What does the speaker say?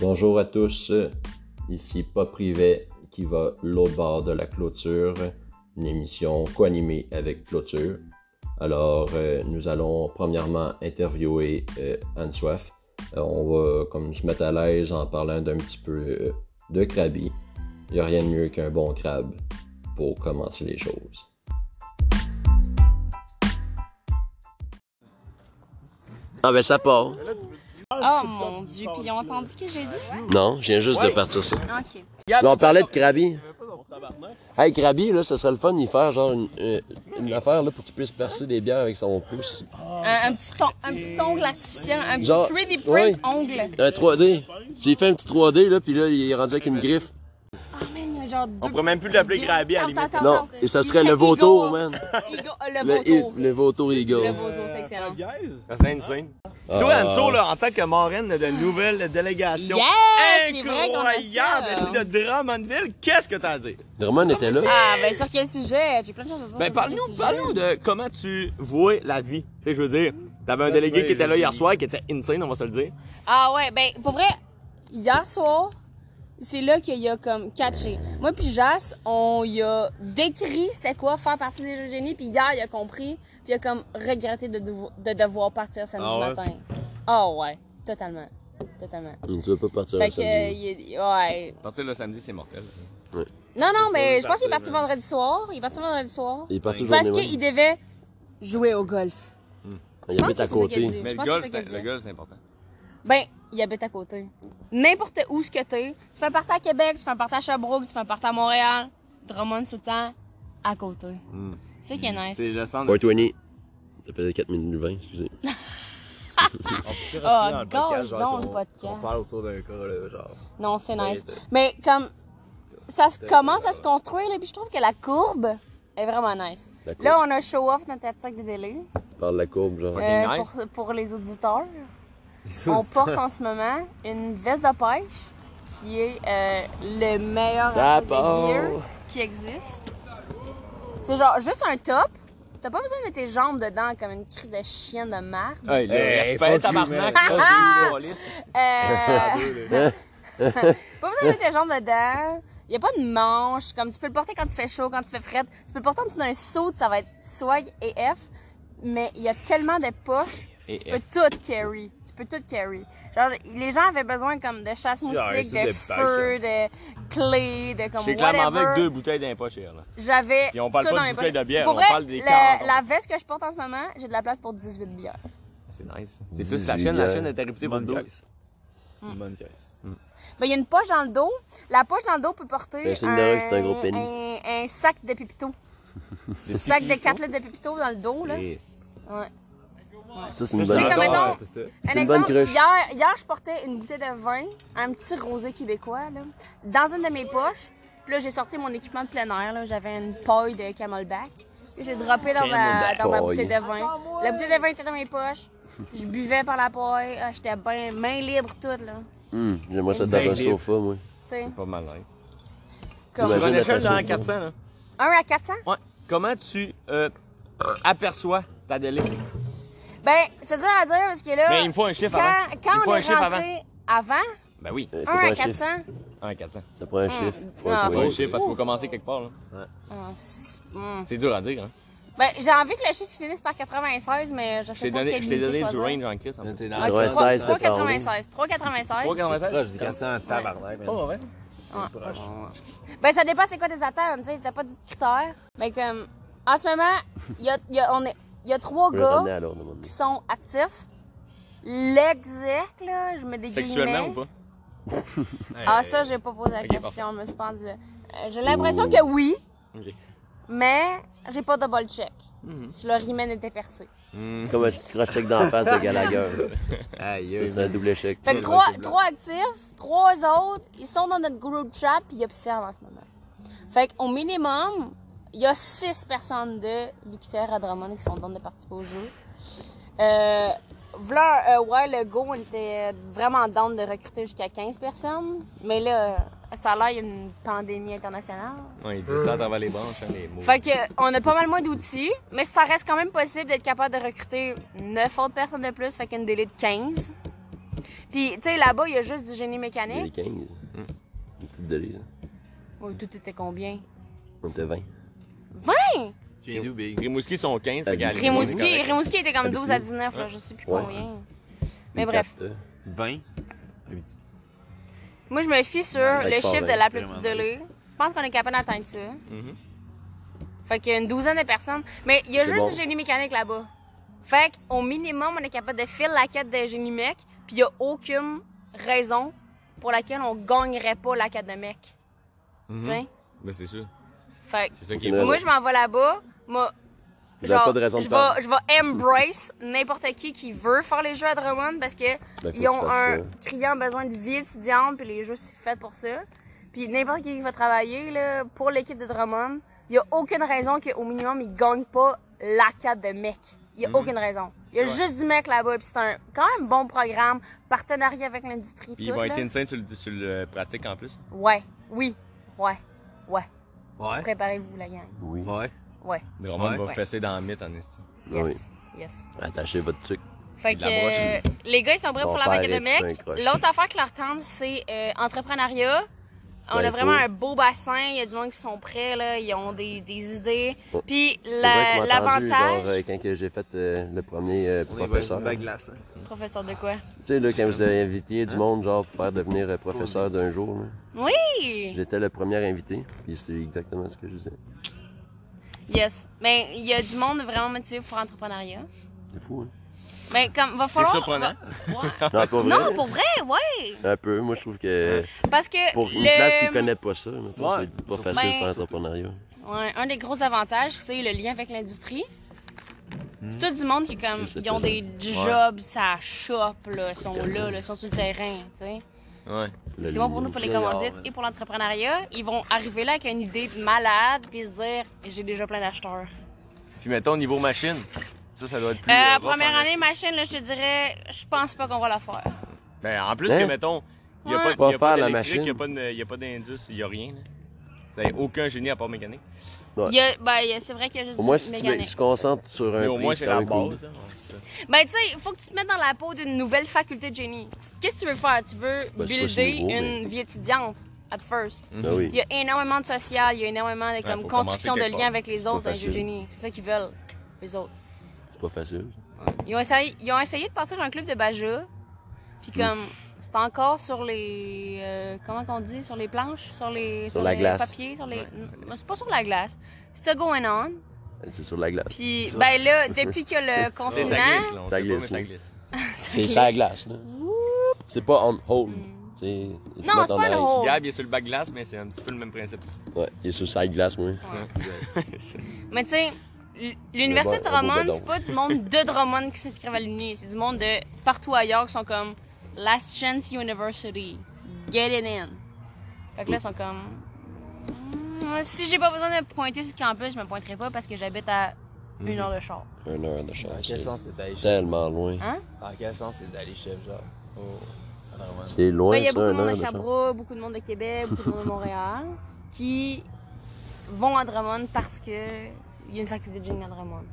Bonjour à tous, ici Pas Privé qui va l'autre bord de la clôture, une émission co-animée avec Clôture. Alors, euh, nous allons premièrement interviewer euh, Anne Soif. Euh, on va comme se mettre à l'aise en parlant d'un petit peu euh, de crabby. Il n'y a rien de mieux qu'un bon crabe pour commencer les choses. Ah ben ça part. Oh mon dieu, puis ils ont entendu qui j'ai dit? Ah, Non, je viens juste de partir ça. Ok. Mais on parlait de Krabi. Hey, Krabi, là, ce serait le fun d'y faire genre une, euh, une affaire là, pour qu'il puisse percer des bières avec son pouce. Euh, Un, un petit ton- un petit ongle artificiel, un petit Genre, 3D print ouais. ongle. Un 3D. Tu lui fais un petit 3D, là, puis là, il est rendu avec une griffe. Ah man, il y a genre On pourrait même plus l'appeler Grabby, à la limite. Non, et ça serait le vautour, man. oh, Le Le, vautour. le vautour Le Eagle. vautour, c'est excellent. Ça serait insane. Puis Toi, Anso, Ah. là, en tant que marraine de la nouvelle délégation Yes, c'est vrai qu'on a incroyable, ça. c'est de Drummondville, qu'est-ce que t'as à dire? Drummond était là. Ah, ben sur quel sujet? J'ai plein de choses à dire. sur Ben, quel parle-nous sujet. parle nous de comment tu vois la vie. Tu sais, je veux dire, t'avais un délégué qui était là hier soir, qui était insane, on va se le dire. Ah ouais, ben pour vrai, hier soir, c'est là qu'il y a comme catché. Moi puis Jas, on y a décrit c'était quoi faire partie des jeux de génie, puis hier il a compris, puis il a comme regretté de, devo- de devoir partir samedi Ah ouais? matin. Ah ouais, totalement. Totalement. Tu veux pas partir Fait avec que, euh, il est- ouais. Partir le samedi, c'est mortel. Non, non, mais pas je pense qu'il est parti parti, man. vendredi soir. Il est parti vendredi soir. Il est parti Parce journée qu'il même. devait jouer au golf. Il pense habite que à c'est ça qu'elle dit. côté. Mais Je le pense golf, que c'est ça c'est- qu'elle le dit. golf, c'est important. Ben, il habite à côté. N'importe où ce que t'es, tu fais un party à Québec, tu fais un party à Sherbrooke, tu fais un party à Montréal, Drummond tout le temps, à côté. C'est ça qui est nice. C'est le centre. 420. Ça faisait 4 minutes 20, excusez. Ah, gâche donc le podcast. On parle Ah, autour d'un cas, là, genre. Non, c'est nice. Ouais, Mais comme, ça se commence à se construire, là, puis je trouve que la courbe est vraiment nice. La courbe. Là, on a show off notre attaque de délai Tu parles de la courbe, genre. Ouais. euh, nice. pour, pour les auditeurs. on porte en ce moment une veste de pêche qui est euh, le meilleur Ça outfit de part. gear qui existe. C'est genre juste un top. T'as pas besoin de mettre tes jambes dedans comme une crise de chienne de merde. Hey, le Hey, respect, fuck you, tabarnak, man. là, c'est une Euh, Deux, là. pas besoin de mettre tes jambes dedans. Y a pas de manche. Comme tu peux le porter quand tu fais chaud, quand tu fais fret. Tu peux le porter en dessous d'un saut, ça va être swag et F. Mais il y a tellement de poches Et tu peux tout carry. Tu peux tout carry. Genre, les gens avaient besoin comme de chasse moustique, c'est de, des feu, de clés, de comme J'ai clairement whatever. hein. avec deux bouteilles d'un poche hier, là. J'avais Puis on parle tout pas dans de mes bouteilles poches. de bière, Pour on vrai, parle des le- cartons. la veste que je porte en ce moment, j'ai de la place pour 18 bières. C'est nice. C'est plus Dix-huit la chaîne, la bières. chaîne est arrivée C'est bonne bonne dos. caisse. C'est une bonne caisse. Ben, il y a une poche dans le dos. La poche dans le dos peut porter Un signe d'heureux que Ben, c'est un gros pénis. un- un sac de pépito. Un sac de 4 litres de pépito dans le dos, là. Ça, c'est une bonne C'est C'est comme, J'adore. mettons, C'est ça. Un C'est une bonne exemple, cruche. hier, hier, je portais une bouteille de vin, un petit rosé québécois, là, dans une de mes poches. Puis là, j'ai sorti mon équipement de plein air. là. J'avais une paille de camelback. Puis j'ai droppé dans ma, Camelback. dans ma Paille. bouteille de vin. La bouteille de vin était dans mes poches. Je buvais par la paille. Ah, J'étais bien, main libre toute, là. Hum, J'aimerais ça dans un Vingt sofa, moi. Tu sais, Pas mal nice. comme Sur une Imagine échelle la de chauffe. 400, là. 1 à 400. Ouais. Comment tu euh, aperçois ta délai? Ben, c'est dur à dire parce que là, Mais Ben, il me faut un chiffre quand, avant. quand Il me faut on un est chiffre rentré avant, Ben oui, Euh, ça 1 prend à un 400, chiffre. un 400. Ça prend un chiffre. Hmm. Faut Ah, être Ouais, Ouais. je heureux. sais, parce qu'il faut commencer quelque part. là. ah, c'est- hmm. C'est dur à dire. Hein. Ben, j'ai envie que le chiffre finisse par 96, mais je Je sais t'ai pas donné, quelle je t'ai unité donné du choisir. range en Chris. En T'es Ah, dans c'est Ouais, trois- 16, 3,96. 3,96. 3,96. Proche du 400 en tabarnak. man. Oh, ouais. C'est proche. Ben, ça dépend c'est quoi tes attentes. Tu sais, t'as pas de critères. Mais comme, en ce moment, il y a, il y a- on est- il y a trois Je vais ramener gars à l'ordre, mon ami. qui sont actifs. L'exec, là, je me déguise. Sexuellement ou pas? Ah, ça, j'ai pas posé la Euh, Ok, parfait. question, je me suis pendue là. Euh, J'ai l'impression que oui, Ok. Mhm. mais j'ai pas double check. Si le rimen était percé. Comme un petit croche-check d'en face de Gallagher. Aïe, C'est aïe. un double échec. Fait que Ouais, trois, ouais, trois actifs, trois autres, ils sont dans notre group chat puis ils observent en ce moment. Fait qu'au minimum, il y a six personnes de Lupiter à Drummond qui sont dans de participer au jeu. Euh, voilà, euh, ouais, le go, on était vraiment down de recruter jusqu'à 15 personnes. Mais là, ça a l'air, il y a une pandémie internationale. Ouais, il Mmh. dit ça à travers les branches, hein, les mots. Fait que, euh, on a pas mal moins d'outils, mais ça reste quand même possible d'être capable de recruter 9 autres personnes de plus, fait qu'une délai de 15. Puis, tu sais, là-bas, il y a juste du génie Il y avait mécanique. 15. Hmm. Une petite délire. Oui, tout était combien? On était 20. Tu viens d'où, Big? Rimouski sont 15. Euh, fait qu'à la limite, c'est Rimouski, correct. Rimouski était comme 12 à Habitué. 19, là, je sais plus Ouais. combien. Mais Une bref. carte, euh, 20. Moi, je me fie sur Ouais, le c'est pas chiffre vrai, de la vraiment petite dolée. Je pense qu'on est capable d'atteindre ça. Mhm. Fait qu'il y a une douzaine de personnes. Mais il y Mm-hmm. a C'est juste bon. du génie mécanique là-bas. Fait qu'au minimum, on est capable de filer la quête de génie mec. Puis il n'y a aucune raison pour laquelle on gagnerait pas la quête de mec. Mm-hmm. Mhm. Tiens. Ben, c'est sûr. Fait que C'est ça qui est Ouais. bon. moi, je m'en vais là-bas. Moi, Vous genre, avez pas de raison de je perdre. vais, je vais embrace n'importe qui qui veut faire les jeux à Drummond parce que Ben, faut ils que tu ont fasses un ça. criant besoin de vie étudiante, puis les jeux, c'est fait pour ça. Puis n'importe qui qui va travailler là, pour l'équipe de Drummond, il n'y a aucune raison qu'au minimum, ils ne gagnent pas la carte de mec. Il Hmm. n'y a aucune raison. Il y a juste du mec là-bas, puis c'est un quand même bon programme, partenariat avec l'industrie. Puis tout, ils vont là. être insane sur le, sur le pratique en plus. Ouais, oui, ouais, ouais. Ouais. Préparez-vous, la gang. Oui. Ouais. Ouais, Drummond Ouais. va Ouais. fesser dans le mythe en esti. yes, Oui. yes. Attachez votre truc. Fait De que la broche. euh, les gars, ils sont prêts Mon pour la père vague de est mec. bien croche. L'autre affaire qui leur tente, c'est euh, entrepreneuriat. On Ben, a il vraiment faut. un beau bassin, il y a du monde qui sont prêts, là, ils ont des, des idées. Ouais. Puis Oh. Les gens qui la- m'ont entendu, l'avantage. genre, euh, quand que j'ai fait euh, le premier euh, On est vers professeur. une bague glace. hein. Professeur de quoi? Tu sais, là, quand vous avez invité du monde, genre, pour faire devenir euh, professeur d'un jour, là, Hi! j'étais le premier invité, puis c'est exactement ce que je disais. Yes. Ben, il y a du monde vraiment motivé pour l'entrepreneuriat. C'est fou, hein? Ben, comme, va C'est falloir. surprenant. va- Non, pas vrai. non, pour vrai, ouais! Un peu, moi, je trouve que Parce que. pour une le- place qui connaît pas ça, mettons, Ouais. c'est pas Surtout- facile de faire Ben- l'entrepreneuriat. Ouais, un des gros avantages, c'est le lien avec l'industrie. C'est tout du monde qui est comme, Hmm. Je sais ils ont pas. des jobs, ça chope, là, sont là, là, sont sur le terrain, tu sais. Ouais. Le C'est bon pour nous, lien. pour les Junior, commandites ouais. et pour l'entrepreneuriat. Ils vont arriver là avec une idée de malade puis se dire, j'ai déjà plein d'acheteurs. Puis mettons niveau machine. Ça, ça doit être plus. Euh, euh, rough première en année, esti. machine, là, je te dirais, je pense pas qu'on va la faire. Ben, en plus Hein? que, mettons, il n'y a, Ouais. pas- y Pas a pas faire la d'électrique, il machine. n'y a pas d'indus, il n'y a rien. Là. Vous avez aucun génie à part mécanique. Ouais. Il y a- ben, il y a- c'est vrai qu'il y a juste Au moins, du si tu mets- mécanique. tu te concentres sur Mais un au moins, prix, c'est c'est la quand même cool. base. hein, ouais, c'est ça. Ben, tu sais, il faut que tu te mettes dans la peau d'une nouvelle faculté de génie. Qu'est-ce que tu veux faire? Tu veux Ben, c'est pas si builder nouveau, mais- une vie étudiante, at first. Ben oui. Il y a énormément de social, il y a énormément de comme, faut construction commencer de quelque liens part. avec les autres Pas dans les jeux de facile. génie. C'est ça qu'ils veulent, les autres. C'est pas facile. Ils ont essayé, ils ont essayé de partir d'un club de Baja, puis Hmm. comme, c'était encore sur les. euh, comment qu'on dit Sur les planches Sur les, sur la les glace. papiers sur les... Non, C'est pas sur la glace. C'était going on. C'est sur la glace. Puis, ben là, depuis que le Mais ça confinement. glisse, là. Ça On sait pas, mais glisse, ça oui. glisse. C'est sur la glace, là. C'est pas on hold. C'est- ils te Mm. Non, mettent c'est en pas le ice. hold. Gab, il est sur le bac glace, mais c'est un petit peu le même principe. Ouais, il est sur sa glace, moi. Mais tu sais, l- l'université de ben, Un beau- un beau Drummond, bedon. c'est pas du monde de Drummond qui s'inscrivent à l'Uni, c'est du monde de partout ailleurs qui sont comme Last Chance University, get it in. Fait que là, ils sont comme. Hmm, Si j'ai pas besoin de pointer ce campus, je me pointerai pas parce que j'habite à Mhm. une heure de char. Une heure de chance. c'est c'est d'aller Tellement loin. Hein? Dans quel sens c'est d'aller chef, genre? Oh. Vraiment. C'est loin, Ben, Il y a ça, beaucoup de une monde heure de de chance. Sherbrooke, beaucoup de monde de Québec, beaucoup de monde de Montréal qui vont à Drummond parce que il y a une faculté de génie à Drummond.